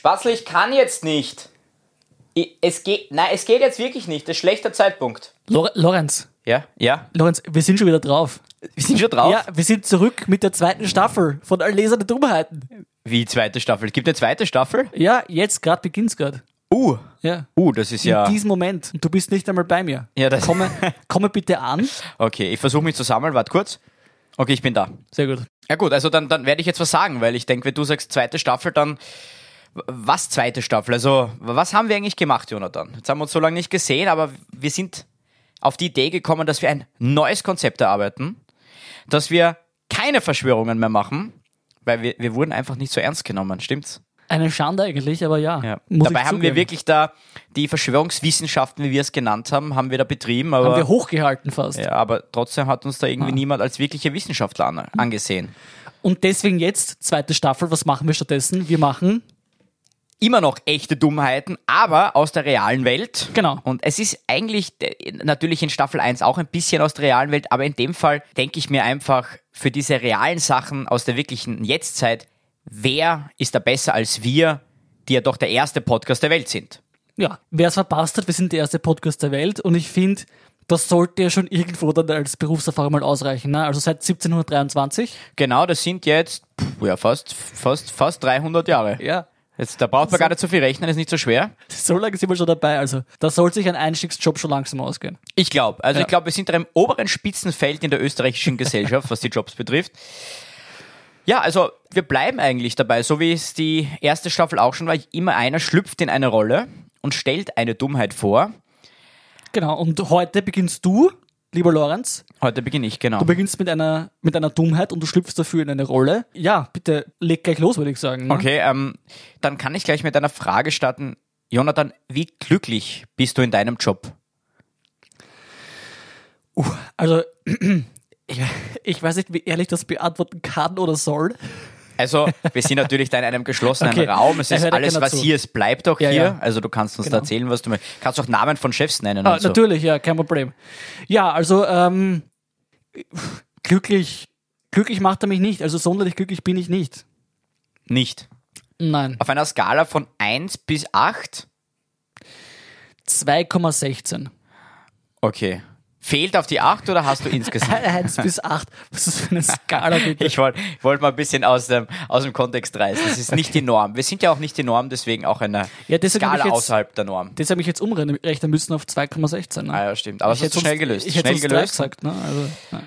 Bassel, ich kann jetzt nicht. Ich, es geht, nein, es geht jetzt wirklich nicht. Das ist schlechter Zeitpunkt. Lor Lorenz, Ja, ja. Lorenz, wir sind schon wieder drauf. Wir sind schon drauf. Ja, wir sind zurück mit der zweiten Staffel von Erlesene Dummheiten. Wie zweite Staffel? Gibt eine zweite Staffel? Ja, jetzt gerade beginnt's gerade. Uh, Ja. uh, das ist ja. In diesem Moment. Und du bist nicht einmal bei mir. Ja, das- komme, komme bitte an. Okay, ich versuche mich zu sammeln. Warte kurz. Okay, ich bin da. Sehr gut. Ja gut, also dann, dann werde ich jetzt was sagen, weil ich denke, wenn du sagst zweite Staffel, dann was zweite Staffel? Also was haben wir eigentlich gemacht, Jonathan? Jetzt haben wir uns so lange nicht gesehen, aber wir sind auf die Idee gekommen, dass wir ein neues Konzept erarbeiten, dass wir keine Verschwörungen mehr machen, weil wir, wir wurden einfach nicht so ernst genommen, stimmt's? Eine Schande eigentlich, aber ja. Ja. Muss Dabei ich haben wir zugeben. wirklich da die Verschwörungswissenschaften, wie wir es genannt haben, haben wir da betrieben, Haben wir aber, hochgehalten fast. ja, aber trotzdem hat uns da irgendwie niemand als wirkliche Wissenschaftler an, angesehen. Und deswegen jetzt, zweite Staffel, was machen wir stattdessen? Wir machen, immer noch echte Dummheiten, aber aus der realen Welt. Genau. Und es ist eigentlich äh, natürlich in Staffel 1 auch ein bisschen aus der realen Welt, aber in dem Fall denke ich mir einfach für diese realen Sachen aus der wirklichen Jetztzeit, wer ist da besser als wir, die ja doch der erste Podcast der Welt sind? ja, wer es verpasst hat, wir sind der erste Podcast der Welt und ich finde, das sollte ja schon irgendwo dann als Berufserfahrung mal ausreichen. Ne? Also seit 1723. Genau, das sind jetzt pff, ja, fast, fast, fast 300 Jahre. Ja. Jetzt, da braucht man gar nicht so viel rechnen, ist nicht so schwer. So lange sind wir schon dabei. Also da sollte sich ein Einstiegsjob schon langsam ausgehen. Ich glaube, also Ja. ich glaube, wir sind da im oberen Spitzenfeld in der österreichischen Gesellschaft, was die Jobs betrifft. Ja, also wir bleiben eigentlich dabei, so wie es die erste Staffel auch schon war. Immer einer schlüpft in eine Rolle und stellt eine Dummheit vor. Genau. Und heute beginnst du, lieber Lorenz, Heute beginne ich, genau. du beginnst mit einer, mit einer Dummheit und du schlüpfst dafür in eine Rolle. Ja, bitte leg gleich los, würde ich sagen. Ne? Okay, ähm, dann kann ich gleich mit einer Frage starten. Jonathan, wie glücklich bist du in deinem Job? Also ich, ich weiß nicht, wie ehrlich das beantworten kann oder soll. Also, wir sind natürlich da in einem geschlossenen Okay. Raum. Es Er ist hört ja alles, keiner was zu. hier ist, bleibt auch Ja, hier. ja. Also, du kannst uns Genau. da erzählen, was du möchtest. Kannst auch Namen von Chefs nennen. Ah, und so. Natürlich, ja, kein Problem. Ja, also ähm, glücklich, glücklich macht er mich nicht. Also sonderlich glücklich bin ich nicht. Nicht. Nein. Auf einer Skala von 1 bis 8. 2,16. Okay. Fehlt auf die 8 oder hast du insgesamt? 1 bis 8. Was ist das für eine Skala bitte? Ich wollte wollt mal ein bisschen aus dem, aus dem Kontext reißen. Das ist nicht die Norm. Wir sind ja auch nicht die Norm, deswegen auch eine Ja, deswegen hab Skala ich jetzt- außerhalb der Norm. Das habe ich jetzt umrechnen müssen auf 2,16. Ne? Ah ja, stimmt. Aber es ist sonst- schnell gelöst. Ich hätte Schnell sonst drei gelöst. gesagt. Ne? Also, ja.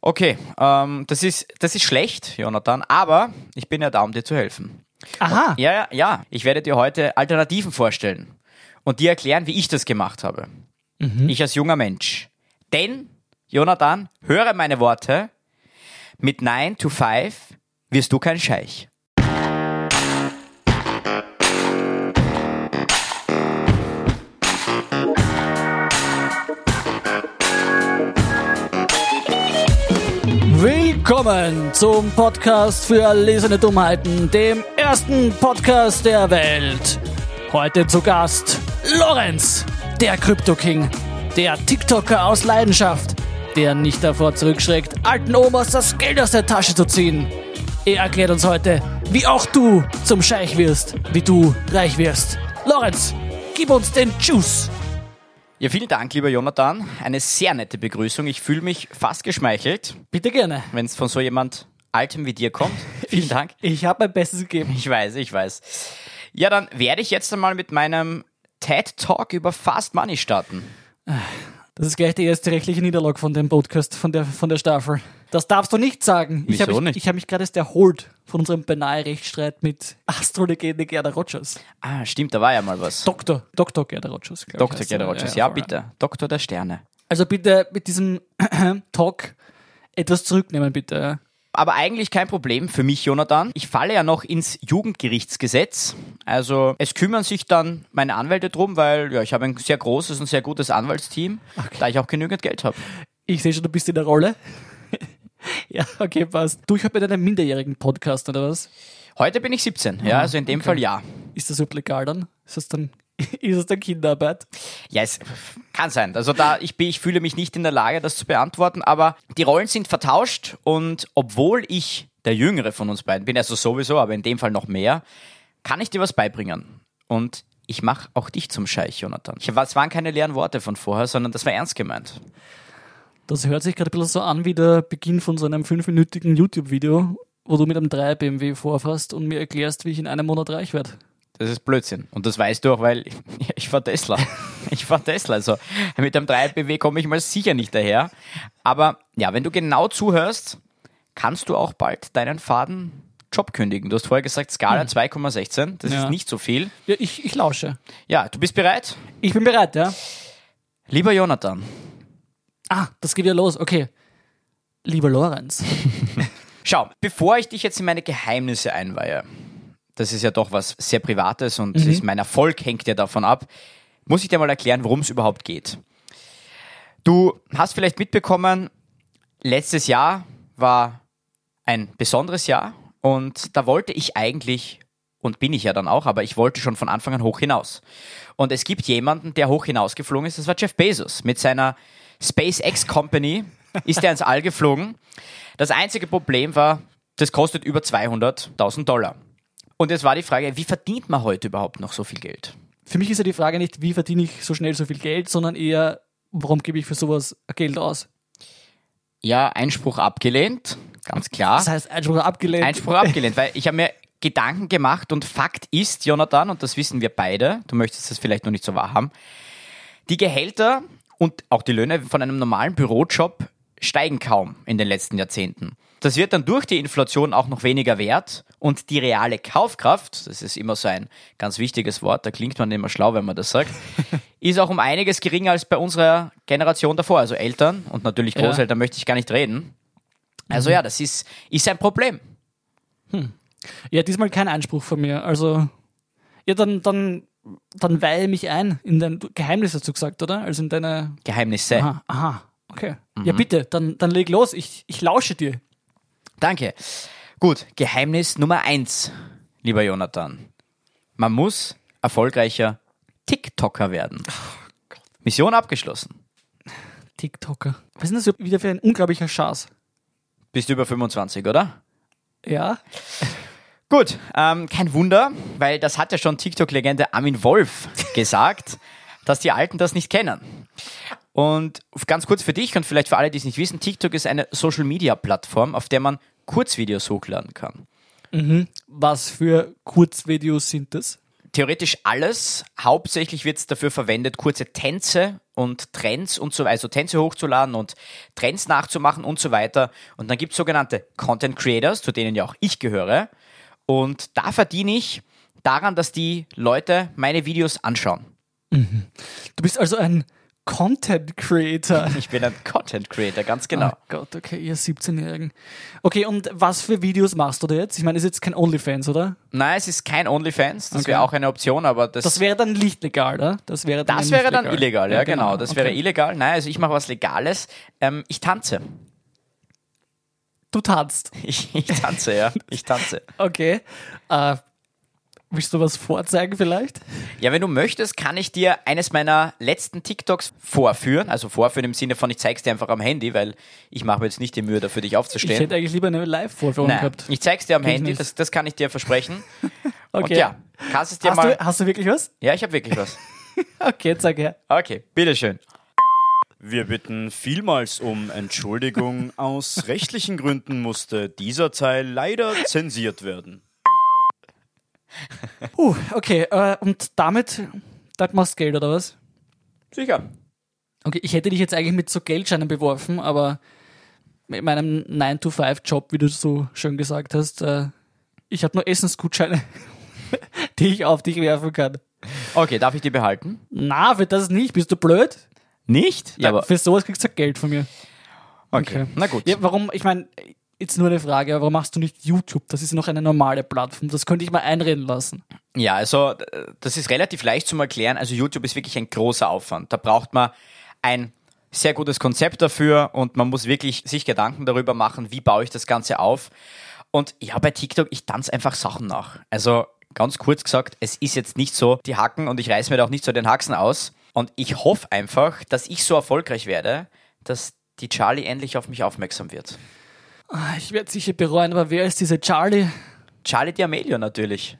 Okay, ähm, das, ist, das ist schlecht, Jonathan, aber ich bin ja da, um dir zu helfen. Aha. Ja, ja, ja. Ich werde dir heute Alternativen vorstellen und dir erklären, wie ich das gemacht habe. Mhm. Ich als junger Mensch. Denn, Jonathan, höre meine Worte. Mit 9 to 5 wirst du kein Scheich. Willkommen zum Podcast für erlesene Dummheiten, dem ersten Podcast der Welt. Heute zu Gast Lorenz, der Crypto King, der TikToker aus Leidenschaft, der nicht davor zurückschreckt, alten Omas das Geld aus der Tasche zu ziehen. Er erklärt uns heute, wie auch du zum Scheich wirst, wie du reich wirst. Lorenz, gib uns den Juice. Ja, vielen Dank, lieber Jonathan. Eine sehr nette Begrüßung. Ich fühle mich fast geschmeichelt, Bitte gerne. wenn es von so jemand Altem wie dir kommt. Vielen Dank. Ich habe mein Bestes gegeben. Ich weiß, ich weiß. Ja, dann werde ich jetzt einmal mit meinem TED Talk über Fast Money starten. Das ist gleich der erste rechtliche Niederlag von dem Podcast, von der, von der Staffel. Das darfst du nicht sagen. ich Wieso habe mich, nicht? ich hab mich gerade erst erholt von unserem beinahe Rechtsstreit mit Astrolegende Gerda Rogers. Ah, stimmt, da war ja mal was. Dr. Dr. Gerda Rogers. glaub Dr. ich, heißt Gerda sie. Rogers, ja, äh, voll. bitte. Doktor der Sterne. Also bitte mit diesem Talk etwas zurücknehmen, bitte. ja. Aber eigentlich kein Problem für mich, Jonathan. Ich falle ja noch ins Jugendgerichtsgesetz. Also es kümmern sich dann meine Anwälte drum, weil ja, ich habe ein sehr großes und sehr gutes Anwaltsteam, da ich auch genügend Geld habe. Ich sehe schon, du bist in der Rolle. ja, okay, passt. Du, ich habe mit einem minderjährigen Podcast, oder was? Heute bin ich 17, ja, also in dem Fall ja. Ist das überhaupt legal dann? Ist das dann, ist das dann Kinderarbeit? Ja, es kann sein. Also da ich bin, ich fühle mich nicht in der Lage, das zu beantworten, aber die Rollen sind vertauscht und obwohl ich der Jüngere von uns beiden bin, also sowieso, aber in dem Fall noch mehr, kann ich dir was beibringen? Und ich mache auch dich zum Scheich, Jonathan. Ich, es waren keine leeren Worte von vorher, sondern das war ernst gemeint. Das hört sich gerade ein bisschen so an wie der Beginn von so einem fünfminütigen YouTube-Video, wo du mit einem 3 BMW vorfährst und mir erklärst, wie ich in einem Monat reich werde. Das ist Blödsinn. Und das weißt du auch, weil ich, ich fahr Tesla. Ich fahr Tesla. Also mit einem 3 BMW komme ich mal sicher nicht daher. Aber ja, wenn du genau zuhörst, kannst du auch bald deinen Faden Job kündigen. Du hast vorher gesagt, Skala 2,16. Das Ja. ist nicht so viel. Ja, ich, ich lausche. Ja, du bist bereit? Ich bin bereit, ja? Lieber Jonathan, Ah, das geht ja los. Okay. Lieber Lorenz. Schau, bevor ich dich jetzt in meine Geheimnisse einweihe, das ist ja doch was sehr Privates und ist, mein Erfolg hängt ja davon ab, muss ich dir mal erklären, worum es überhaupt geht. Du hast vielleicht mitbekommen, letztes Jahr war ein besonderes Jahr und da wollte ich eigentlich, und bin ich ja dann auch, aber ich wollte schon von Anfang an hoch hinaus. Und es gibt jemanden, der hoch hinausgeflogen ist, das war Jeff Bezos. Mit seiner SpaceX Company ist er ins All geflogen. Das einzige Problem war, das kostet über 200.000 Dollar. Und jetzt war die Frage, wie verdient man heute überhaupt noch so viel Geld? Für mich ist ja die Frage nicht, wie verdiene ich so schnell so viel Geld, sondern eher, warum gebe ich für sowas Geld aus? Ja, Einspruch abgelehnt, ganz klar. Das heißt, Einspruch abgelehnt. Einspruch abgelehnt, weil ich habe mir Gedanken gemacht und Fakt ist, Jonathan, und das wissen wir beide, du möchtest das vielleicht noch nicht so wahrhaben, die Gehälter und auch die Löhne von einem normalen Bürojob steigen kaum in den letzten Jahrzehnten. Das wird dann durch die Inflation auch noch weniger wert und die reale Kaufkraft, das ist immer so ein ganz wichtiges Wort, da klingt man immer schlau, wenn man das sagt, ist auch um einiges geringer als bei unserer Generation davor, also Eltern und natürlich Ja. Großeltern möchte ich gar nicht reden. Also ja, das ist, ist ein Problem. Ja, diesmal kein Einspruch von mir. Also, ja, dann, dann, dann weihe mich ein in dein Geheimnis, hast du gesagt, oder? Also in deine. Geheimnisse. Aha, aha okay. Ja, Mhm. bitte, dann, dann leg los. Ich, ich lausche dir. Danke. Gut, Geheimnis Nummer eins, lieber Jonathan. Man muss erfolgreicher TikToker werden. Mission abgeschlossen. TikToker. Was ist denn das wieder für ein unglaublicher Schatz? Bist du über 25, oder? Ja? Gut, ähm, kein Wunder, weil das hat ja schon TikTok-Legende Armin Wolf gesagt, dass die Alten das nicht kennen. Und ganz kurz für dich und vielleicht für alle, die es nicht wissen, TikTok ist eine Social-Media-Plattform, auf der man Kurzvideos hochladen kann. Was für Kurzvideos sind das? theoretisch alles. Hauptsächlich wird es dafür verwendet, kurze Tänze und Trends und so weiter, also Tänze hochzuladen und Trends nachzumachen und so weiter. Und dann gibt es sogenannte Content Creators, zu denen ja auch ich gehöre. Und da verdiene ich daran, dass die Leute meine Videos anschauen. Du bist also ein Content Creator. Ich bin ein Content Creator, ganz genau. Oh Gott, okay, ihr 17-Jährigen. Okay, und was für Videos machst du da jetzt? Ich meine, ist jetzt kein OnlyFans, oder? Nein, es ist kein OnlyFans, das Okay. wäre auch eine Option, aber das, Das wäre dann nicht legal, oder? Das wäre dann, das nicht wäre dann illegal, ja, genau. Das wäre Okay. illegal. Nein, also ich mache was Legales. Ähm, ich tanze. Du tanzt. Ich, ich tanze, ja. Ich tanze. Okay. Äh, willst du was vorzeigen vielleicht? Ja, wenn du möchtest, kann ich dir eines meiner letzten TikToks vorführen. Also vorführen im Sinne von, ich zeig's dir einfach am Handy, weil ich mache mir jetzt nicht die Mühe, da für dich Ich aufzustehen. hätte eigentlich lieber eine Live-Vorführung Nein, gehabt. ich zeig's dir am Handy, nicht. das, das kann ich dir versprechen. Okay. Und ja, kannst es dir hast, mal. du, hast du wirklich was? Ja, ich habe wirklich was. Okay, zeig her. Okay, bitteschön. Wir bitten vielmals um Entschuldigung. Aus rechtlichen Gründen musste dieser Teil leider zensiert werden. Uh, okay, äh, und damit, das machst Geld, oder was? Sicher. Okay, ich hätte dich jetzt eigentlich mit so Geldscheinen beworfen, aber mit meinem 9-to-5-Job, wie du so schön gesagt hast, äh, ich habe nur Essensgutscheine, die ich auf dich werfen kann. Okay, darf ich die behalten? Na, für das nicht. Bist du blöd? Nicht? Ja, aber für sowas kriegst du Geld von mir. okay. Na gut. Ja, warum, ich meine, jetzt nur eine Frage, aber warum machst du nicht YouTube? Das ist noch eine normale Plattform. Das könnte ich mal einreden lassen. Ja, also äh, das ist relativ leicht zum Erklären. Also YouTube ist wirklich ein großer Aufwand. Da braucht man ein sehr gutes Konzept dafür und man muss wirklich sich Gedanken darüber machen, wie baue ich das Ganze auf. Und ja, bei TikTok, ich tanze einfach Sachen nach. Also ganz kurz gesagt, es ist jetzt nicht so die Hacken und ich reiß mir da auch nicht so den Haxen aus. Und ich hoffe einfach, dass ich so erfolgreich werde, dass die Charlie endlich auf mich aufmerksam wird. Ah, Ich werde sicher bereuen, aber wer ist diese Charlie? Charlie D'Amelio natürlich.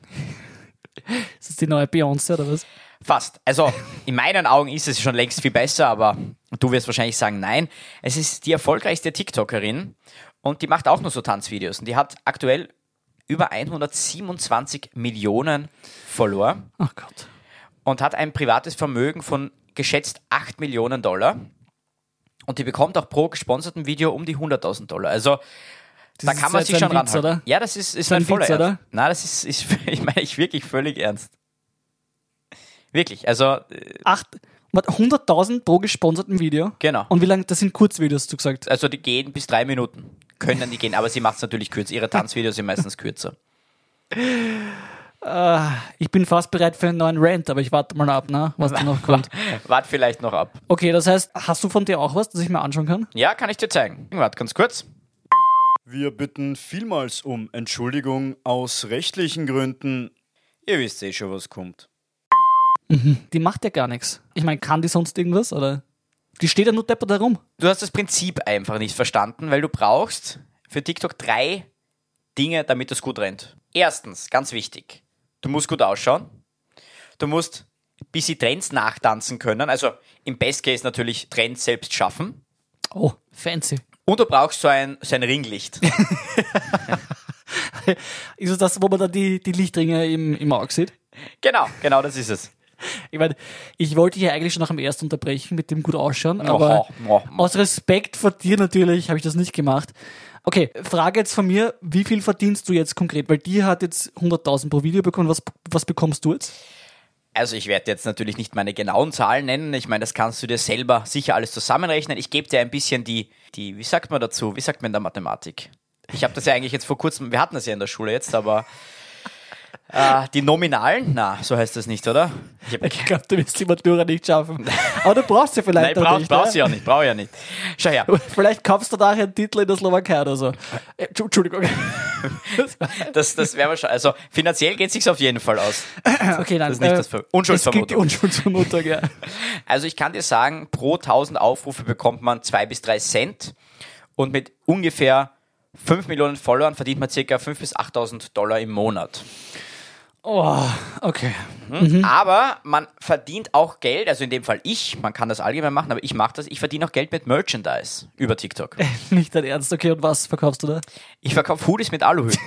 Ist das die neue Beyoncé oder was? Fast. Also in meinen Augen ist es schon längst viel besser, aber du wirst wahrscheinlich sagen, nein. Es ist die erfolgreichste TikTokerin und die macht auch nur so Tanzvideos. Und die hat aktuell über 127 Millionen Follower Ach Oh Gott. und hat ein privates Vermögen von geschätzt 8 Millionen Dollar. Und die bekommt auch pro gesponserten Video um die 100.000 Dollar. Also da ist kann man jetzt sich ein schon Witz, ranhalten. oder? Ja, das ist, ist ein ein voller Witz, Ernst. oder? Nein, das ist, ist ich meine ich wirklich völlig ernst. Wirklich, also Acht, warte, 100.000 pro gesponserten Video. Genau. Und wie lange, das sind Kurzvideos, hast du gesagt. also die gehen bis drei Minuten. Können die gehen, aber sie macht es natürlich kürzer. Ihre Tanzvideos sind meistens kürzer. Ich bin fast bereit für einen neuen Rant, aber ich warte mal ab, ne, was da noch kommt. Wart vielleicht noch ab. Okay, das heißt, hast du von dir auch was, das ich mir anschauen kann? Ja, kann ich dir zeigen. Warte, ganz kurz. Wir bitten vielmals um Entschuldigung aus rechtlichen Gründen. Ihr wisst eh schon, was kommt. Die macht ja gar nichts. Ich meine, kann die sonst irgendwas, oder? Die steht ja nur deppert herum. Du hast das Prinzip einfach nicht verstanden, weil du brauchst für TikTok drei Dinge, damit das gut rennt. Erstens, ganz wichtig, du musst gut ausschauen. Du musst bis sie Trends nachtanzen können, also im Best Case natürlich Trends selbst schaffen. Oh, fancy. Und du brauchst so ein, so ein Ringlicht. Ist es das, wo man dann die, die Lichtringe im, im Auge sieht? genau, genau das ist es. Ich meine, ich wollte dich ja eigentlich schon nach dem ersten unterbrechen mit dem gut ausschauen, Aha, aber aha. aus Respekt vor dir natürlich habe ich das nicht gemacht. Okay, Frage jetzt von mir, wie viel verdienst du jetzt konkret? Weil die hat jetzt 100.000 pro Video bekommen, was, was bekommst du jetzt? Also ich werde jetzt natürlich nicht meine genauen Zahlen nennen. Ich meine, das kannst du dir selber sicher alles zusammenrechnen. Ich gebe dir ein bisschen die, die, wie sagt man dazu, wie sagt man in der Mathematik? Ich habe das ja eigentlich jetzt vor kurzem, wir hatten das ja in der Schule jetzt, aber äh, die Nominalen, na, so heißt das nicht, oder? Ich hab, Ich glaube, du wirst die Matura nicht schaffen. Aber du brauchst sie vielleicht nein, brauch, nicht. brauchst du ne? ja nicht, brauch ja nicht. Schau her, Vielleicht kaufst du nachher einen Titel in der Slowakei oder so. Äh, Entschu- Entschuldigung. das, das wäre schon, also finanziell geht sich's auf jeden Fall aus. Okay, nein. Das ist nicht äh, das Ver- Es gibt die Unschuldsvermutung. Unschuldsvermutung, ja. Also ich kann dir sagen, pro 1000 Aufrufe bekommt man 2 bis 3 Cent und mit ungefähr 5 Millionen Followern verdient man circa 5.000 bis 8.000 Dollar im Monat. Oh, okay. Aber man verdient auch Geld, also in dem Fall ich, man kann das allgemein machen, aber ich mache das, ich verdiene auch Geld mit Merchandise über TikTok. Nicht dein Ernst. Okay, und was verkaufst du da? Ich verkaufe Hoodies mit Aluhüten.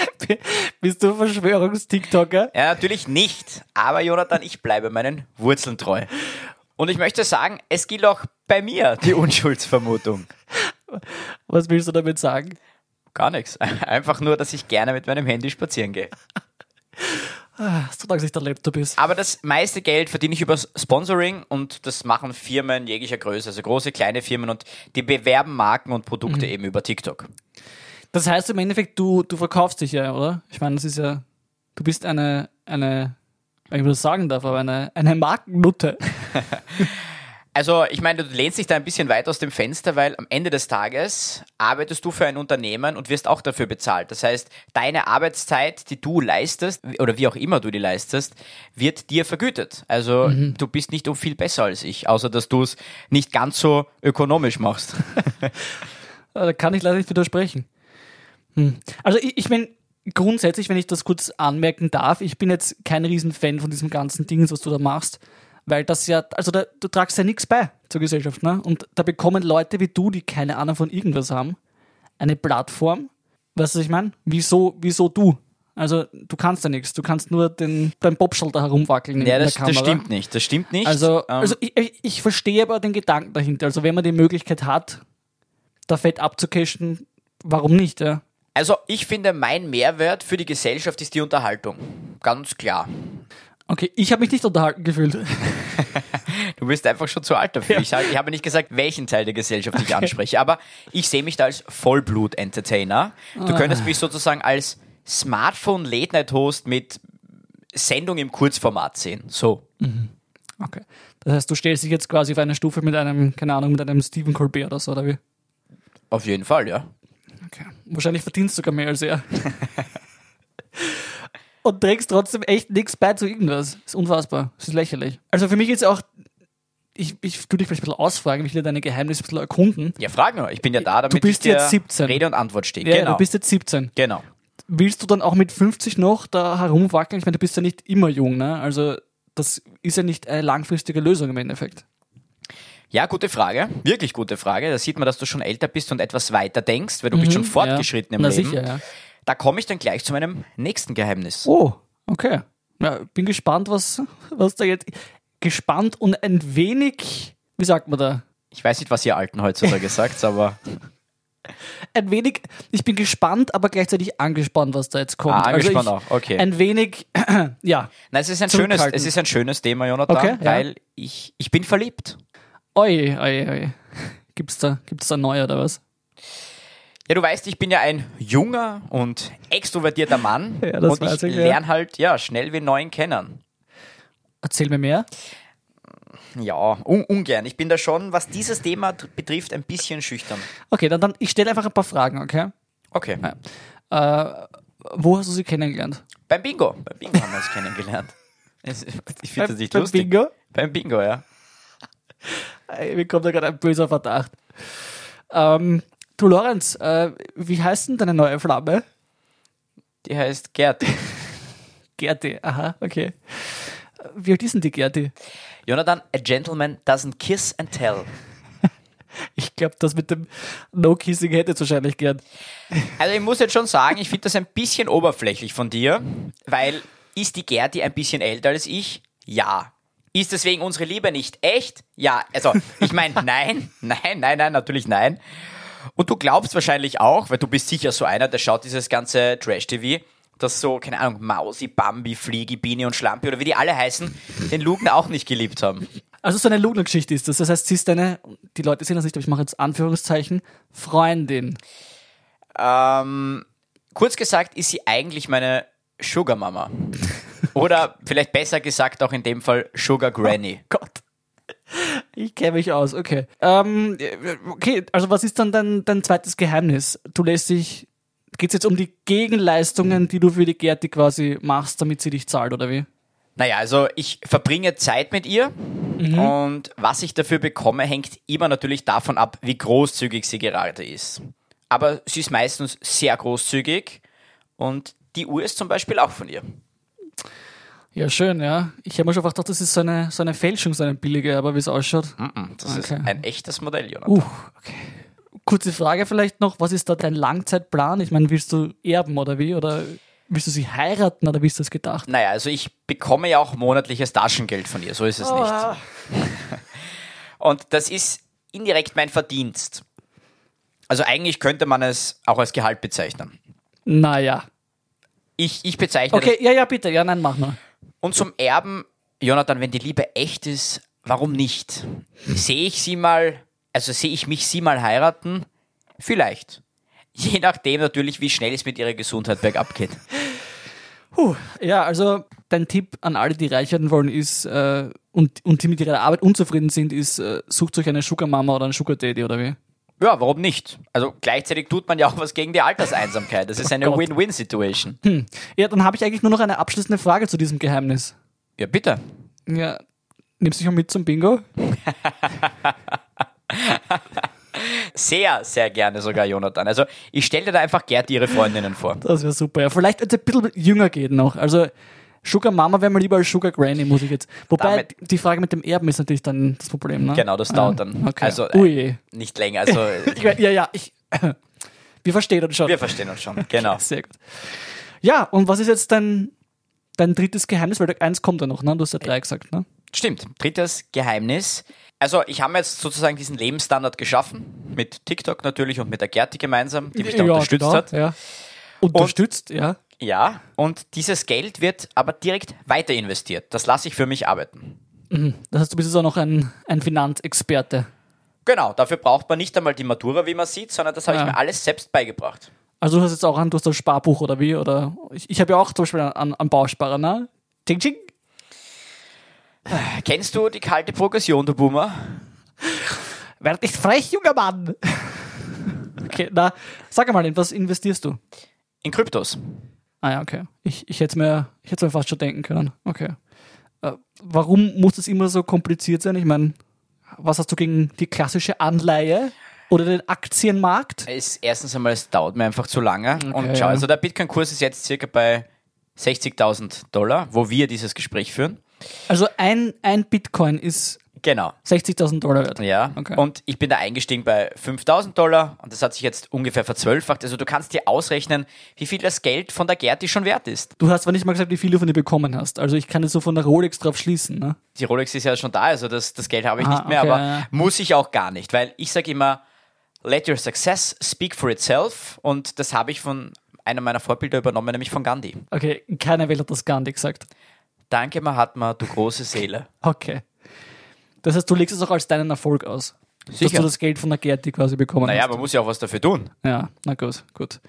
Bist du Verschwörungs-TikToker? Ja, natürlich nicht. Aber Jonathan, ich bleibe meinen Wurzeln treu. Und ich möchte sagen, es gilt auch bei mir die Unschuldsvermutung. Was willst du damit sagen? Gar nichts. Einfach nur, dass ich gerne mit meinem Handy spazieren gehe. Solange es nicht der Laptop ist. Aber das meiste Geld verdiene ich über Sponsoring und das machen Firmen jeglicher Größe, also große, kleine Firmen und die bewerben Marken und Produkte Mhm. eben über TikTok. Das heißt im Endeffekt, du, du verkaufst dich ja, oder? Ich meine, das ist ja. Du bist eine, eine, wenn ich das sagen darf, aber eine, eine Markennutte. Also ich meine, du lehnst dich da ein bisschen weit aus dem Fenster, weil am Ende des Tages arbeitest du für ein Unternehmen und wirst auch dafür bezahlt. Das heißt, deine Arbeitszeit, die du leistest oder wie auch immer du die leistest, wird dir vergütet. Also Mhm. du bist nicht um viel besser als ich, außer dass du es nicht ganz so ökonomisch machst. Äh, Da kann ich leider nicht widersprechen. Hm. Also ich, ich bin grundsätzlich, wenn ich das kurz anmerken darf, ich bin jetzt kein Riesenfan von diesem ganzen Ding, was du da machst, weil das ja, also da, du tragst ja nichts bei zur Gesellschaft, ne? Und da bekommen Leute wie du, die keine Ahnung von irgendwas haben, eine Plattform. Weißt du, was ich meine? Wieso, wieso du? Also du kannst ja nichts, du kannst nur den, dein Popschall da herumwackeln Ja, in das, der Kamera. das stimmt nicht. Das stimmt nicht. Also, Ähm, also ich, ich, ich verstehe aber den Gedanken dahinter. Also, wenn man die Möglichkeit hat, da fett abzucashen, warum nicht? Ja? Also ich finde, mein Mehrwert für die Gesellschaft ist die Unterhaltung. Ganz klar. Okay, ich habe mich nicht unterhalten gefühlt. Du bist einfach schon zu alt dafür. Ich, sag, ich habe nicht gesagt, welchen Teil der Gesellschaft ich anspreche, aber ich sehe mich da als Vollblut-Entertainer. Ah. Du könntest mich sozusagen als Smartphone-Late-Night-Host mit Sendung im Kurzformat sehen. So. Okay. Das heißt, du stellst dich jetzt quasi auf eine Stufe mit einem, keine Ahnung, mit einem Stephen Colbert oder so, oder wie? Auf jeden Fall, ja. Okay. Wahrscheinlich verdienst du sogar mehr als er. Und trägst trotzdem echt nichts bei zu irgendwas. Ist unfassbar. Ist lächerlich. Also für mich ist auch, ich, ich tu dich vielleicht ein bisschen ausfragen, ich will ja deine Geheimnisse ein bisschen erkunden. Ja, frag nur. Ich bin ja da, damit bist ich dir jetzt 17. Rede und Antwort stehe. Ja, genau. du bist jetzt 17. genau. willst du dann auch mit 50 noch da herumwackeln? Ich meine, du bist ja nicht immer jung, ne? Also das ist ja nicht eine langfristige Lösung im Endeffekt. Ja, gute Frage. Wirklich gute Frage. Da sieht man, dass du schon älter bist und etwas weiter denkst, weil du bist schon fortgeschritten Mhm, ja. im Na Leben. sicher, ja. Da komme ich dann gleich zu meinem nächsten Geheimnis. Oh, okay. Ja, bin gespannt, was, was da jetzt. Gespannt und ein wenig, wie sagt man da? Ich weiß nicht, was ihr Alten heutzutage sagt, aber Ein wenig, ich bin gespannt, aber gleichzeitig angespannt, was da jetzt kommt. Ah, angespannt also ich, auch, okay. Ein wenig, ja. Nein, es ist ein schönes, Zurückhaltend. es ist ein schönes Thema, Jonathan, Okay, ja. weil ich, ich bin verliebt. Oi, oi, oi. Gibt's da, gibt's da neu oder was? Ja, du weißt, ich bin ja ein junger und extrovertierter Mann Ja, das und weiß ich ich, ja. lerne halt ja schnell wie neuen kennen. Erzähl mir mehr. Ja, un ungern. Ich bin da schon, was dieses Thema t- betrifft, ein bisschen schüchtern. Okay, dann, dann ich stelle einfach ein paar Fragen, okay? Okay. Äh, wo hast du sie kennengelernt? Beim Bingo. Beim Bingo haben wir uns kennengelernt. Es- Ich finde das nicht Beim lustig. Bingo? Beim Bingo, ja. Ey, Mir kommt da gerade ein böser Verdacht. Ähm, du, Lorenz, äh, wie heißt denn deine neue Flamme? Die heißt Gerd. Gerti, aha, okay. Wie alt ist denn die Gerti? Jonathan, a gentleman doesn't kiss and tell. Ich glaube, das mit dem No-Kissing hätte ich wahrscheinlich gern. Also ich muss jetzt schon sagen, ich finde das ein bisschen oberflächlich von dir, weil ist die Gerti ein bisschen älter als ich? Ja. Ist deswegen unsere Liebe nicht echt? Ja. Also ich meine, nein, nein, nein, nein, natürlich nein. Und du glaubst wahrscheinlich auch, weil du bist sicher so einer, der schaut dieses ganze Trash-TV, dass so, keine Ahnung, Mausi, Bambi, Fliegi, Biene und Schlampi oder wie die alle heißen, den Lugner auch nicht geliebt haben. Also so eine Luna-Geschichte ist das. Das heißt, sie ist deine, die Leute sehen das nicht, aber ich mache jetzt Anführungszeichen, Freundin. Ähm, kurz gesagt ist sie eigentlich meine Sugar Mama. Oder vielleicht besser gesagt auch in dem Fall Sugar Granny. Gott. Ich kenne mich aus, okay. Ähm, okay, also was ist dann dein, dein zweites Geheimnis? Du lässt dich, geht's jetzt um die Gegenleistungen, die du für die Gerti quasi machst, damit sie dich zahlt, oder wie? Naja, also ich verbringe Zeit mit ihr und was ich dafür bekomme, hängt immer natürlich davon ab, wie großzügig sie gerade ist. Aber sie ist meistens sehr großzügig und die Uhr ist zum Beispiel auch von ihr. Ja, schön, ja. Ich habe mir schon gedacht, das ist so eine, so eine Fälschung, so eine billige, aber wie es ausschaut. Mhm, Das ist Okay. ein echtes Modell, Jonathan. Uh, okay. Kurze Frage vielleicht noch, was ist da dein Langzeitplan? Ich meine, willst du erben oder wie? Oder willst du sie heiraten oder wie ist das gedacht? Naja, also ich bekomme ja auch monatliches Taschengeld von ihr, so ist es nicht. Und das ist indirekt mein Verdienst. Also eigentlich könnte man es auch als Gehalt bezeichnen. Naja. Ich, ich bezeichne Okay, ja, ja, bitte. Ja, nein, mach nur. das. Und zum Erben, Jonathan, wenn die Liebe echt ist, warum nicht? Sehe ich sie mal, also sehe ich mich sie mal heiraten? Vielleicht. Je nachdem natürlich, wie schnell es mit ihrer Gesundheit bergab geht. Puh, ja, also dein Tipp an alle, die reich werden wollen, ist äh, und, und die mit ihrer Arbeit unzufrieden sind, ist, äh, sucht euch eine Sugar Mama oder einen Sugar Daddy oder wie? Ja, warum nicht? Also gleichzeitig tut man ja auch was gegen die Alterseinsamkeit. Das ist eine Oh Gott. Win-Win-Situation. Ja, dann habe ich eigentlich nur noch eine abschließende Frage zu diesem Geheimnis. Ja, bitte. Ja, nimmst du dich mal mit zum Bingo? Sehr, sehr gerne sogar, Jonathan. Also ich stelle dir da einfach Gerti ihre Freundinnen vor. Das wäre super. Ja, vielleicht jetzt ein bisschen jünger geht noch. Also Sugar Mama wäre mir lieber als Sugar Granny, muss ich jetzt. Wobei Damit- die Frage mit dem Erben ist natürlich dann das Problem, ne? Genau, das dauert dann. Okay. Also äh, Ui. nicht länger. Also Ich, mein, ja, ja, ich. Wir verstehen uns schon. wir verstehen uns schon. Genau. Sehr gut. Ja, und was ist jetzt dein, dein drittes Geheimnis? Weil eins kommt ja noch, ne? Du hast ja drei gesagt, ne? Stimmt. Drittes Geheimnis. Also ich habe mir jetzt sozusagen diesen Lebensstandard geschaffen mit TikTok natürlich und mit der Gerti gemeinsam, die mich da unterstützt genau, hat. Ja. Unterstützt, ja. Ja. Und dieses Geld wird aber direkt weiter investiert. Das lasse ich für mich arbeiten. Das heißt, du bist jetzt auch noch ein, ein Finanzexperte. Genau. Dafür braucht man nicht einmal die Matura, wie man sieht, sondern das habe Ja. ich mir alles selbst beigebracht. Also du hast jetzt auch ein, du hast ein Sparbuch oder wie? Oder ich, ich habe ja auch zum Beispiel einen, einen Bausparer, ne? Ching, ching. Kennst du die kalte Progression, du Boomer? Werd nicht frech, junger Mann! okay, na, sag einmal, in was investierst du? In Kryptos. Ah ja, okay. Ich, ich hätte es mir, ich hätt's mir fast schon denken können. Okay. Äh, warum muss das immer so kompliziert sein? Ich meine, was hast du gegen die klassische Anleihe? oder den Aktienmarkt? Es, erstens einmal, es dauert mir einfach zu lange. Okay, und schau, ja. also der Bitcoin-Kurs ist jetzt circa bei 60.000 Dollar, wo wir dieses Gespräch führen. Also ein, ein Bitcoin ist Genau. 60.000 Dollar wert. Ja, Okay. und ich bin da eingestiegen bei 5000 Dollar und das hat sich jetzt ungefähr verzwölffacht. Also du kannst dir ausrechnen, wie viel das Geld von der Gerti schon wert ist. Du hast zwar nicht mal gesagt, wie viel du von dir bekommen hast. Also ich kann jetzt so von der Rolex drauf schließen. Ne? Die Rolex ist ja schon da, also das, das Geld habe ich Ah, nicht mehr, okay, aber ja, ja. muss ich auch gar nicht, weil ich sage immer, let your success speak for itself und das habe ich von einem meiner Vorbilder übernommen, nämlich von Gandhi. Okay, keiner Welt hat das Gandhi gesagt. Danke Mahatma, du große Seele. Okay. Das heißt, du legst es auch als deinen Erfolg aus. Dass Sicher. du das Geld von der Gerti quasi bekommen Naja, hast. man muss ja auch was dafür tun. Ja, na gut, gut.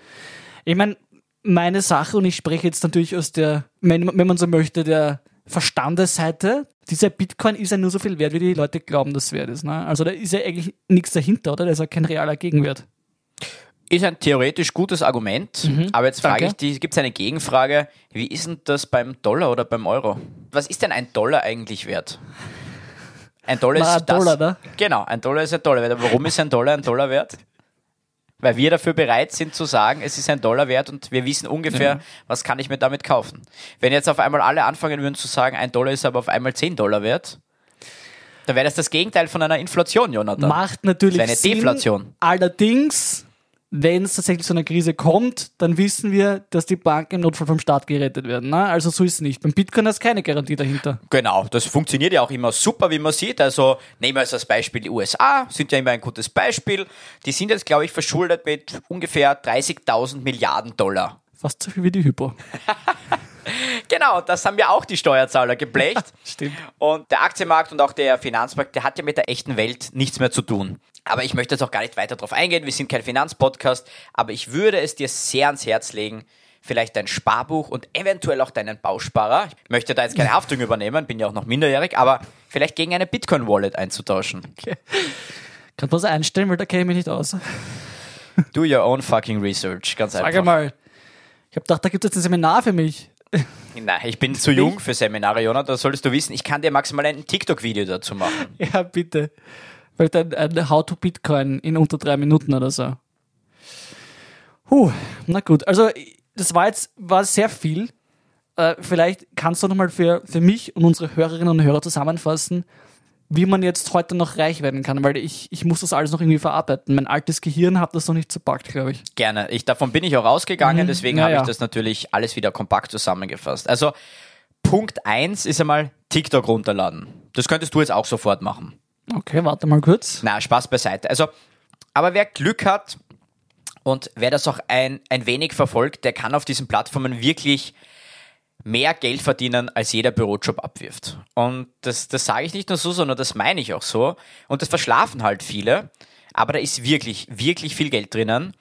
Ich meine, meine Sache, und ich spreche jetzt natürlich aus der, wenn, wenn man so möchte, der Verstandesseite, dieser Bitcoin ist ja nur so viel wert, wie die Leute glauben, dass es wert ist. Ne? Also da ist ja eigentlich nichts dahinter, oder? Da ist ja kein realer Gegenwert. Ist ein theoretisch gutes Argument, aber jetzt frage Mhm. danke. ich dich, gibt es eine Gegenfrage, wie ist denn das beim Dollar oder beim Euro? Was ist denn ein Dollar eigentlich wert? Ein Dollar Na, ist ein das. Dollar, ne? Genau, ein Dollar ist ein Dollar wert. Aber warum ist ein Dollar ein Dollar wert? Weil wir dafür bereit sind zu sagen, es ist ein Dollar wert und wir wissen ungefähr, was kann ich mir damit kaufen. Wenn jetzt auf einmal alle anfangen würden zu sagen, ein Dollar ist aber auf einmal 10 Dollar wert, dann wäre das das Gegenteil von einer Inflation, Jonathan. Macht natürlich Das ist eine Sinn. Deflation. Allerdings, wenn es tatsächlich zu einer Krise kommt, dann wissen wir, dass die Banken im Notfall vom Staat gerettet werden. Ne? Also so ist es nicht. Beim Bitcoin ist keine Garantie dahinter. Genau, das funktioniert ja auch immer super, wie man sieht. Also nehmen wir als das Beispiel die USA, sind ja immer ein gutes Beispiel. Die sind jetzt, glaube ich, verschuldet mit ungefähr 30.000 Milliarden Dollar. Fast so viel wie die Hypo. Genau, das haben ja auch die Steuerzahler geblecht. Stimmt. Und der Aktienmarkt und auch der Finanzmarkt, der hat ja mit der echten Welt nichts mehr zu tun. Aber ich möchte jetzt auch gar nicht weiter drauf eingehen. Wir sind kein Finanzpodcast. Aber ich würde es dir sehr ans Herz legen, vielleicht dein Sparbuch und eventuell auch deinen Bausparer. Ich möchte da jetzt keine Haftung übernehmen, bin ja auch noch minderjährig, aber vielleicht gegen eine Bitcoin-Wallet einzutauschen. Kannst du was einstellen, weil da kenne ich mich nicht aus. Do your own fucking research, ganz Sag einfach. mal. Ich habe gedacht, da gibt es jetzt ein Seminar für mich. Nein, ich bin zu jung für Seminare, Jonathan. Das solltest du wissen. Ich kann dir maximal ein TikTok-Video dazu machen. Ja, bitte. Vielleicht ein, ein äh, How to Bitcoin in unter drei Minuten oder so. Huh, na gut. Also, das war jetzt war sehr viel. Äh, vielleicht kannst du nochmal für, für mich und unsere Hörerinnen und Hörer zusammenfassen, wie man jetzt heute noch reich werden kann, weil ich, ich muss das alles noch irgendwie verarbeiten. Mein altes Gehirn hat das noch nicht zerpackt, glaube ich. Gerne. Ich, davon bin ich auch rausgegangen, deswegen Mhm. Ja, habe ja. ich das natürlich alles wieder kompakt zusammengefasst. Also Punkt eins ist einmal TikTok runterladen. Das könntest du jetzt auch sofort machen. Okay, warte mal kurz. Na, Spaß beiseite. Also, aber wer Glück hat und wer das auch ein, ein wenig verfolgt, der kann auf diesen Plattformen wirklich mehr Geld verdienen, als jeder Bürojob abwirft. Und das, das sage ich nicht nur so, sondern das meine ich auch so. Und das verschlafen halt viele. Aber da ist wirklich, wirklich viel Geld drinnen.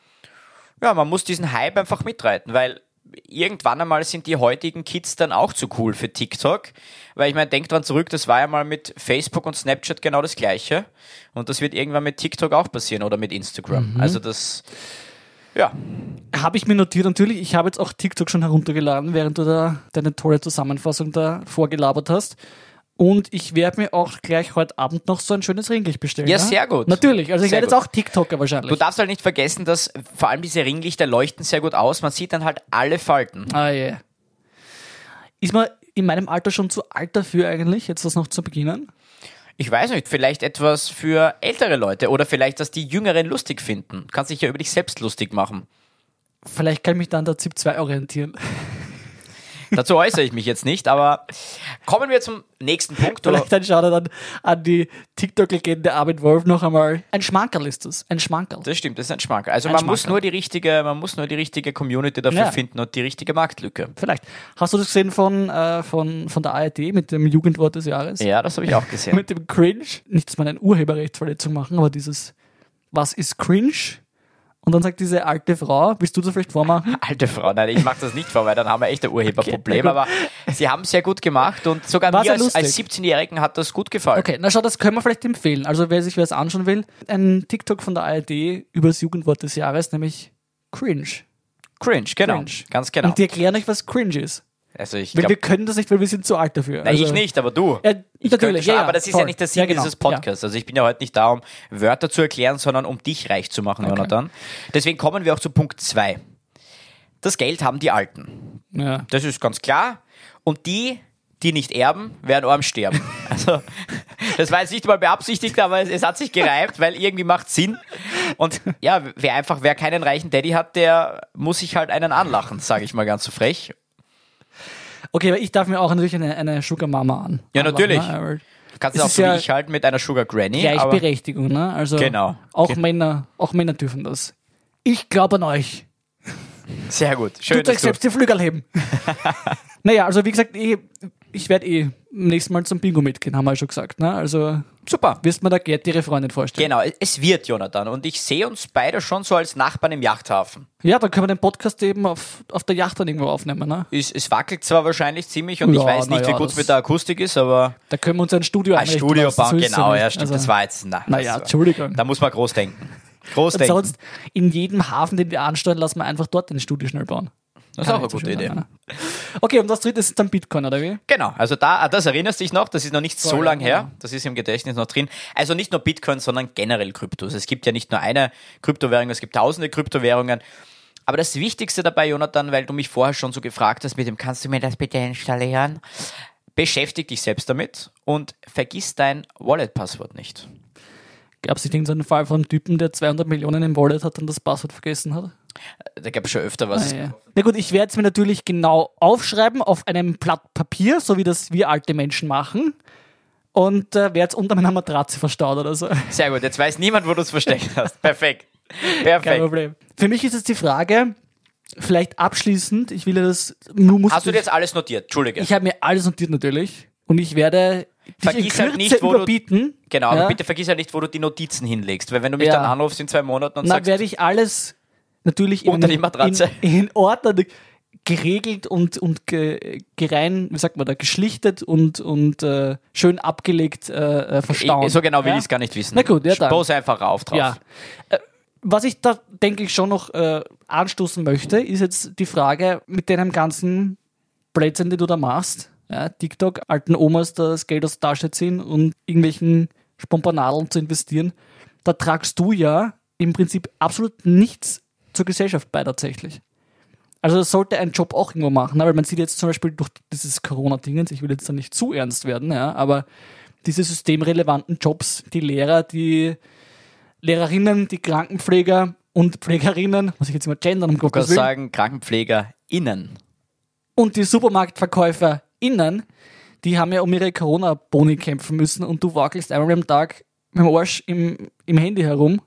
Ja, man muss diesen Hype einfach mitreiten, weil irgendwann einmal sind die heutigen Kids dann auch zu cool für TikTok. Weil ich meine, denk dran zurück, das war ja mal mit Facebook und Snapchat genau das gleiche. Und das wird irgendwann mit TikTok auch passieren oder mit Instagram. Also das, ja, Habe ich mir notiert, natürlich. Ich habe jetzt auch TikTok schon heruntergeladen, während du da deine tolle Zusammenfassung da vorgelabert hast. Und ich werde mir auch gleich heute Abend noch so ein schönes Ringlicht bestellen. Ja, ne? sehr gut. Natürlich. Also ich Sehr werde jetzt gut. auch TikToker wahrscheinlich. Du darfst halt nicht vergessen, dass vor allem diese Ringlichter leuchten sehr gut aus. Man sieht dann halt alle Falten. ah, yeah. Ist man in meinem Alter schon zu alt dafür eigentlich, jetzt das noch zu beginnen? Ich weiß nicht, vielleicht etwas für ältere Leute oder vielleicht, dass die Jüngeren lustig finden. Du kannst dich ja über dich selbst lustig machen. Vielleicht kann ich mich dann der ZIP 2 orientieren. Dazu äußere ich mich jetzt nicht, aber kommen wir zum nächsten Punkt. oder- Vielleicht dann schaut er dann an die TikTok-Legende Armin Wolf noch einmal. Ein Schmankerl ist das. Ein Schmankerl. Das stimmt, das ist ein Schmankerl. Also Ein man muss Schmankerl. nur die richtige, man muss nur die richtige Community dafür Ja. finden und die richtige Marktlücke. Vielleicht. Hast du das gesehen von, äh, von, von der ARD mit dem Jugendwort des Jahres? Ja, das habe ich auch gesehen. Mit dem Cringe. Nichts mal eine Urheberrechtsverletzung machen, aber dieses Was ist Cringe? Und dann sagt diese alte Frau, willst du das vielleicht vormachen? Alte Frau, nein, ich mache das nicht vor, weil dann haben wir echt ein Urheberproblem. aber sie haben es sehr gut gemacht und sogar War mir sehr als, als lustig. 17-Jährigen hat das gut gefallen. Okay, na schau, das können wir vielleicht empfehlen. Also wer sich wer es anschauen will, ein TikTok von der ARD über das Jugendwort des Jahres, nämlich Cringe. Cringe, genau. Cringe. Ganz genau. Und die erklären euch, was Cringe ist. Also ich Weil glaube, wir können das nicht, weil wir sind zu alt dafür. Nein, also, ich nicht, aber du. Ja, ich natürlich, könnte schon, ja, ja, aber das ist voll. ja nicht der Sinn Ja, genau, dieses Podcasts. Also ich bin ja heute nicht da, um Wörter zu erklären, sondern um dich reich zu machen, Jonathan. Deswegen kommen wir auch zu Punkt 2. Das Geld haben die Alten. Ja. Das ist ganz klar. Und die, die nicht erben, werden arm sterben. Also, das war jetzt nicht mal beabsichtigt, aber es, es hat sich gereimt, weil irgendwie macht Sinn. Und ja, wer einfach, wer keinen reichen Daddy hat, der muss sich halt einen anlachen, sage ich mal ganz so frech. Okay, aber ich darf mir auch natürlich eine, eine Sugar Mama an. Ja, natürlich. Ne? Du kannst es Es auch ist so ja wie ich halt mit einer Sugar Granny. aber- Gleichberechtigung, ne? Also Genau. auch Ge- Männer, auch Männer dürfen das. Ich glaube an euch. Sehr gut. Schön, Du zeigst selbst die Flügel heben. naja, also wie gesagt, ich, ich werde eh im nächsten Mal zum Bingo mitgehen, haben wir ja schon gesagt. Ne? Also Super. wirst mir da Gerd ihre Freundin vorstellen. Genau, es wird, Jonathan. Und ich sehe uns beide schon so als Nachbarn im Yachthafen. Ja, dann können wir den Podcast eben auf, auf der Yacht dann irgendwo aufnehmen. Ne? Es, es wackelt zwar wahrscheinlich ziemlich und Ja, ich weiß nicht, na ja, wie gut es das- mit der Akustik ist, aber Da können wir uns ein Studio ein einrichten. Studio was das bauen, ist genau, nicht. ja, stimmt. Also, das war jetzt. Na, Naja, das war- Entschuldigung. Da muss man groß denken. Groß Und denken. sonst in jedem Hafen, den wir ansteuern, lassen wir einfach dort ein Studio schnell bauen. Das ist Kann auch eine nicht so gute schön Idee. sein, ne? Okay, und das dritte ist dann Bitcoin, oder wie? Genau, also da, ah, das erinnerst dich noch, das ist noch nicht so Voll, genau. lang ja. her, das ist im Gedächtnis noch drin. Also nicht nur Bitcoin, sondern generell Kryptos. Es gibt ja nicht nur eine Kryptowährung, es gibt tausende Kryptowährungen. Aber das Wichtigste dabei, Jonathan, weil du mich vorher schon so gefragt hast, mit dem kannst du mir das bitte installieren, beschäftig dich selbst damit und vergiss dein Wallet-Passwort nicht. Gab es nicht irgendeinen Fall von einem Typen, der 200 Millionen im Wallet hat und das Passwort vergessen hat? Da gab es schon öfter was. Ah, ja. Na gut, ich werde es mir natürlich genau aufschreiben auf einem Blatt Papier, so wie das wir alte Menschen machen. Und äh, werde es unter meiner Matratze verstaut oder so. Sehr gut, jetzt weiß niemand, wo du es versteckt hast. Perfekt. Kein Perfekt. Problem. Für mich ist jetzt die Frage, vielleicht abschließend, ich will ja das. Du musst Hast du dir jetzt alles notiert? Entschuldige. Ich habe mir alles notiert natürlich. Und ich werde dich in Vergiss Kürze halt nicht, wo du- überbieten. Genau, Ja. aber bitte vergiss ja nicht, wo du die Notizen hinlegst, weil wenn du mich Ja. dann anrufst in zwei Monaten und Na, sagst, werde ich alles natürlich in, Unter die Matratze. in, in Ordnung geregelt und, und ge, gerein, wie sagt man da, geschlichtet und, und äh, schön abgelegt äh, äh, verstauen. ich, so genau will ja? ich es gar nicht wissen. Na gut, ja, dann. Stoß einfach rauf drauf. Ja. Äh, Was ich da, denke ich, schon noch äh, anstoßen möchte, ist jetzt die Frage mit deinem ganzen Blödsinn, den du da machst. Ja, TikTok, alten Omas das Geld aus der Tasche ziehen und irgendwelchen Spompanadeln zu investieren. Da tragst du ja im Prinzip absolut nichts zur Gesellschaft bei tatsächlich. Also das sollte ein Job auch irgendwo machen, ne? weil man sieht jetzt zum Beispiel durch dieses Corona-Dingens, ich will jetzt da nicht zu ernst werden, ja, aber diese systemrelevanten Jobs, die Lehrer, die Lehrerinnen, die Krankenpfleger und Pflegerinnen, muss ich jetzt immer gendern, um Du Gottes kannst Willen, sagen, KrankenpflegerInnen. und die SupermarktverkäuferInnen, die haben ja um ihre Corona-Boni kämpfen müssen und du wackelst einmal am Tag mit dem Arsch im, im Handy herum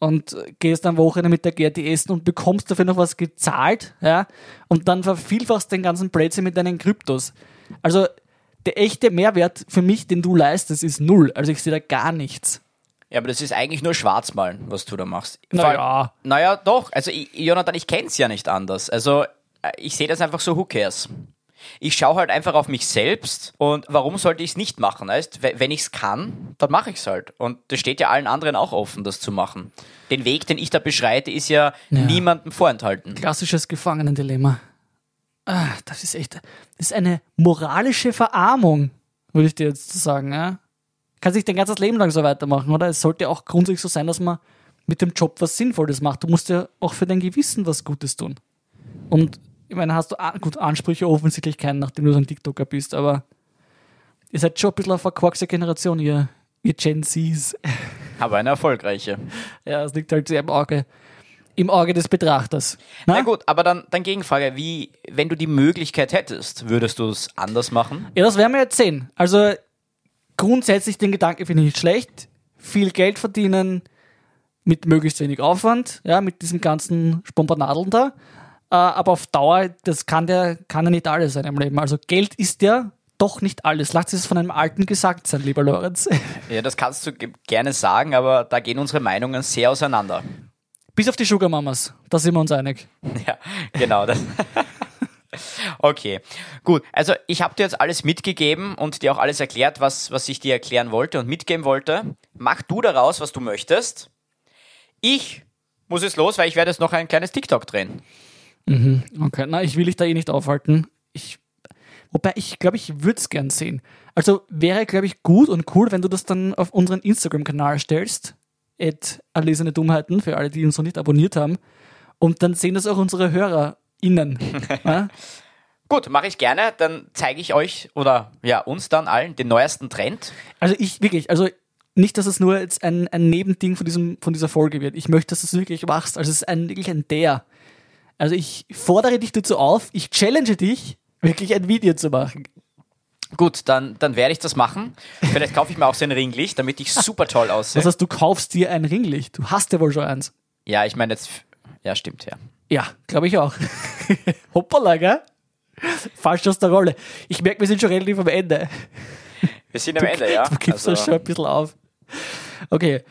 und äh, gehst am Wochenende mit der Gerti essen und bekommst dafür noch was gezahlt, ja, und dann vervielfachst den ganzen Blödsinn mit deinen Kryptos. Also der echte Mehrwert für mich, den du leistest, ist null. Also ich sehe da gar nichts. Ja, aber das ist eigentlich nur Schwarzmalen, was du da machst. Na Vor allem- ja. Naja, doch. Also, ich, Jonathan, ich kenn's ja nicht anders. Also, äh, ich sehe das einfach so, who cares? Ich schaue halt einfach auf mich selbst und warum sollte ich es nicht machen? Heißt, we- wenn ich es kann, dann mache ich es halt. Und das steht ja allen anderen auch offen, das zu machen. Den Weg, den ich da beschreite, ist ja, niemandem vorenthalten. Klassisches Gefangenendilemma. Ah, das ist echt, das ist eine moralische Verarmung, würde ich dir jetzt sagen. Ja? Kann sich dein ganzes Leben lang so weitermachen, oder? Es sollte auch grundsätzlich so sein, dass man mit dem Job was Sinnvolles macht. Du musst ja auch für dein Gewissen was Gutes tun. Und ich meine, hast du an- gut Ansprüche offensichtlich keinen, nachdem du so ein TikToker bist, aber ihr seid schon ein bisschen eine verkorkste Generation, ihr, ihr Gen Zs. Aber eine erfolgreiche. Ja, es liegt halt sehr im Auge, im Auge des Betrachters. Na gut, aber dann, dann Gegenfrage, wie, wenn du die Möglichkeit hättest, würdest du es anders machen? Ja, das werden wir jetzt sehen. Also grundsätzlich den Gedanken finde ich nicht schlecht. Viel Geld verdienen mit möglichst wenig Aufwand, ja, mit diesem ganzen Spompanadeln da. Äh, aber auf Dauer, das kann der, kann ja nicht alles sein im Leben. Also Geld ist ja doch nicht alles. Lass es von einem Alten gesagt sein, lieber Lorenz. Ja, das kannst du ge- gerne sagen, aber da gehen unsere Meinungen sehr auseinander. Bis auf die Sugar Mamas, da sind wir uns einig. Ja, genau das. Okay, gut. Also ich habe dir jetzt alles mitgegeben und dir auch alles erklärt, was, was ich dir erklären wollte und mitgeben wollte. Mach du daraus, was du möchtest. Ich muss jetzt los, weil ich werde jetzt noch ein kleines TikTok drehen. Okay, na, ich will dich da eh nicht aufhalten. Ich Wobei ich glaube, ich würde es gern sehen. Also wäre, glaube ich, gut und cool, wenn du das dann auf unseren Instagram-Kanal stellst. At erlesene Dummheiten, für alle, die uns noch nicht abonniert haben. Und dann sehen das auch unsere HörerInnen. ja? Gut, mache ich gerne. Dann zeige ich euch oder ja, uns dann allen den neuesten Trend. Also ich wirklich, also nicht, dass es nur jetzt ein, ein Nebending von, diesem, von dieser Folge wird. Ich möchte, dass du es wirklich machst. Also es ist ein, wirklich ein der. Also ich fordere dich dazu auf, ich challenge dich, wirklich ein Video zu machen. Gut, dann, dann werde ich das machen. Vielleicht kaufe ich mir auch so ein Ringlicht, damit ich super toll aussehe. Das heißt, du kaufst dir ein Ringlicht. Du hast ja wohl schon eins. Ja, ich meine jetzt. Ja, stimmt, ja. Ja, glaube ich auch. Hoppala, gell? Falsch aus der Rolle. Ich merke, wir sind schon relativ am Ende. Wir sind am Ende, ja. Du gibst das Also, schon ein bisschen auf. Okay.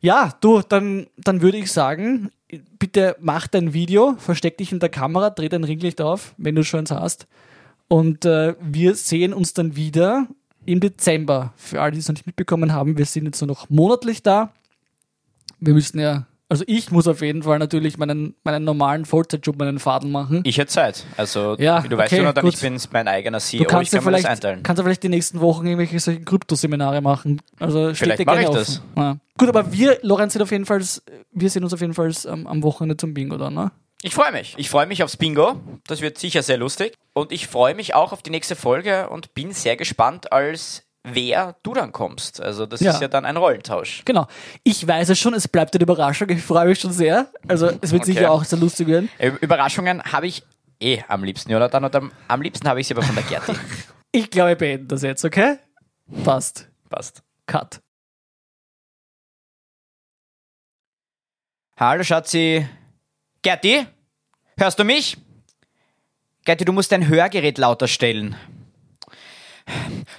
Ja, du, dann, dann würde ich sagen, bitte mach dein Video, versteck dich in der Kamera, dreh dein Ringlicht auf, wenn du schon eins hast. Und äh, wir sehen uns dann wieder im Dezember. Für alle, die es noch nicht mitbekommen haben, wir sind jetzt nur noch monatlich da. Wir müssen ja, also ich muss auf jeden Fall natürlich meinen, meinen normalen Vollzeitjob, meinen Faden machen. ich hätte Zeit. Also, Ja, wie du weißt, okay, Jonathan, gut. ich bin mein eigener CEO. Du ich kannst ja kann mir das vielleicht, einteilen. kannst ja vielleicht die nächsten Wochen irgendwelche solchen Kryptoseminare machen. Also steht Vielleicht dir mache gerne ich offen. Ja. Gut, aber wir, Lorenz, sind auf jeden Fall, wir sehen uns auf jeden Fall am, am Wochenende zum Bingo dann, ne? Ich freue mich. Ich freue mich aufs Bingo. Das wird sicher sehr lustig. Und ich freue mich auch auf die nächste Folge und bin sehr gespannt, als wer du dann kommst. Also, das Ja. ist ja dann ein Rollentausch. Genau. Ich weiß es schon, es bleibt eine Überraschung. Ich freue mich schon sehr. Also es wird Okay. sicher auch sehr lustig werden. Äh, Überraschungen habe ich eh am liebsten, Jonathan. Und am, am liebsten habe ich sie aber von der Gerti. Ich glaube, wir beenden das jetzt, okay? Passt. Passt. Cut. Hallo Schatzi. Gerti? Hörst du mich? Gerti, du musst dein Hörgerät lauter stellen.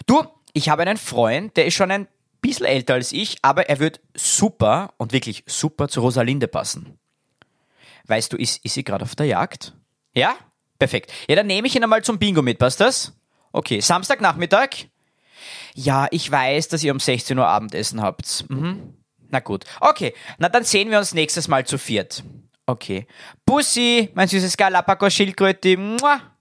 Du, ich habe einen Freund, der ist schon ein bisschen älter als ich, aber er wird super und wirklich super zu Rosalinde passen. Weißt du, ist, ist sie gerade auf der Jagd? Ja? Perfekt. Ja, dann nehme ich ihn einmal zum Bingo mit, passt das? Okay, Samstagnachmittag? Ja, ich weiß, dass ihr um 16 Uhr Abendessen habt. Mhm. Na gut. Okay, na dann sehen wir uns nächstes Mal zu viert. Okay. Pussy, mein süßes Galapagos-Schildkröte. Mua.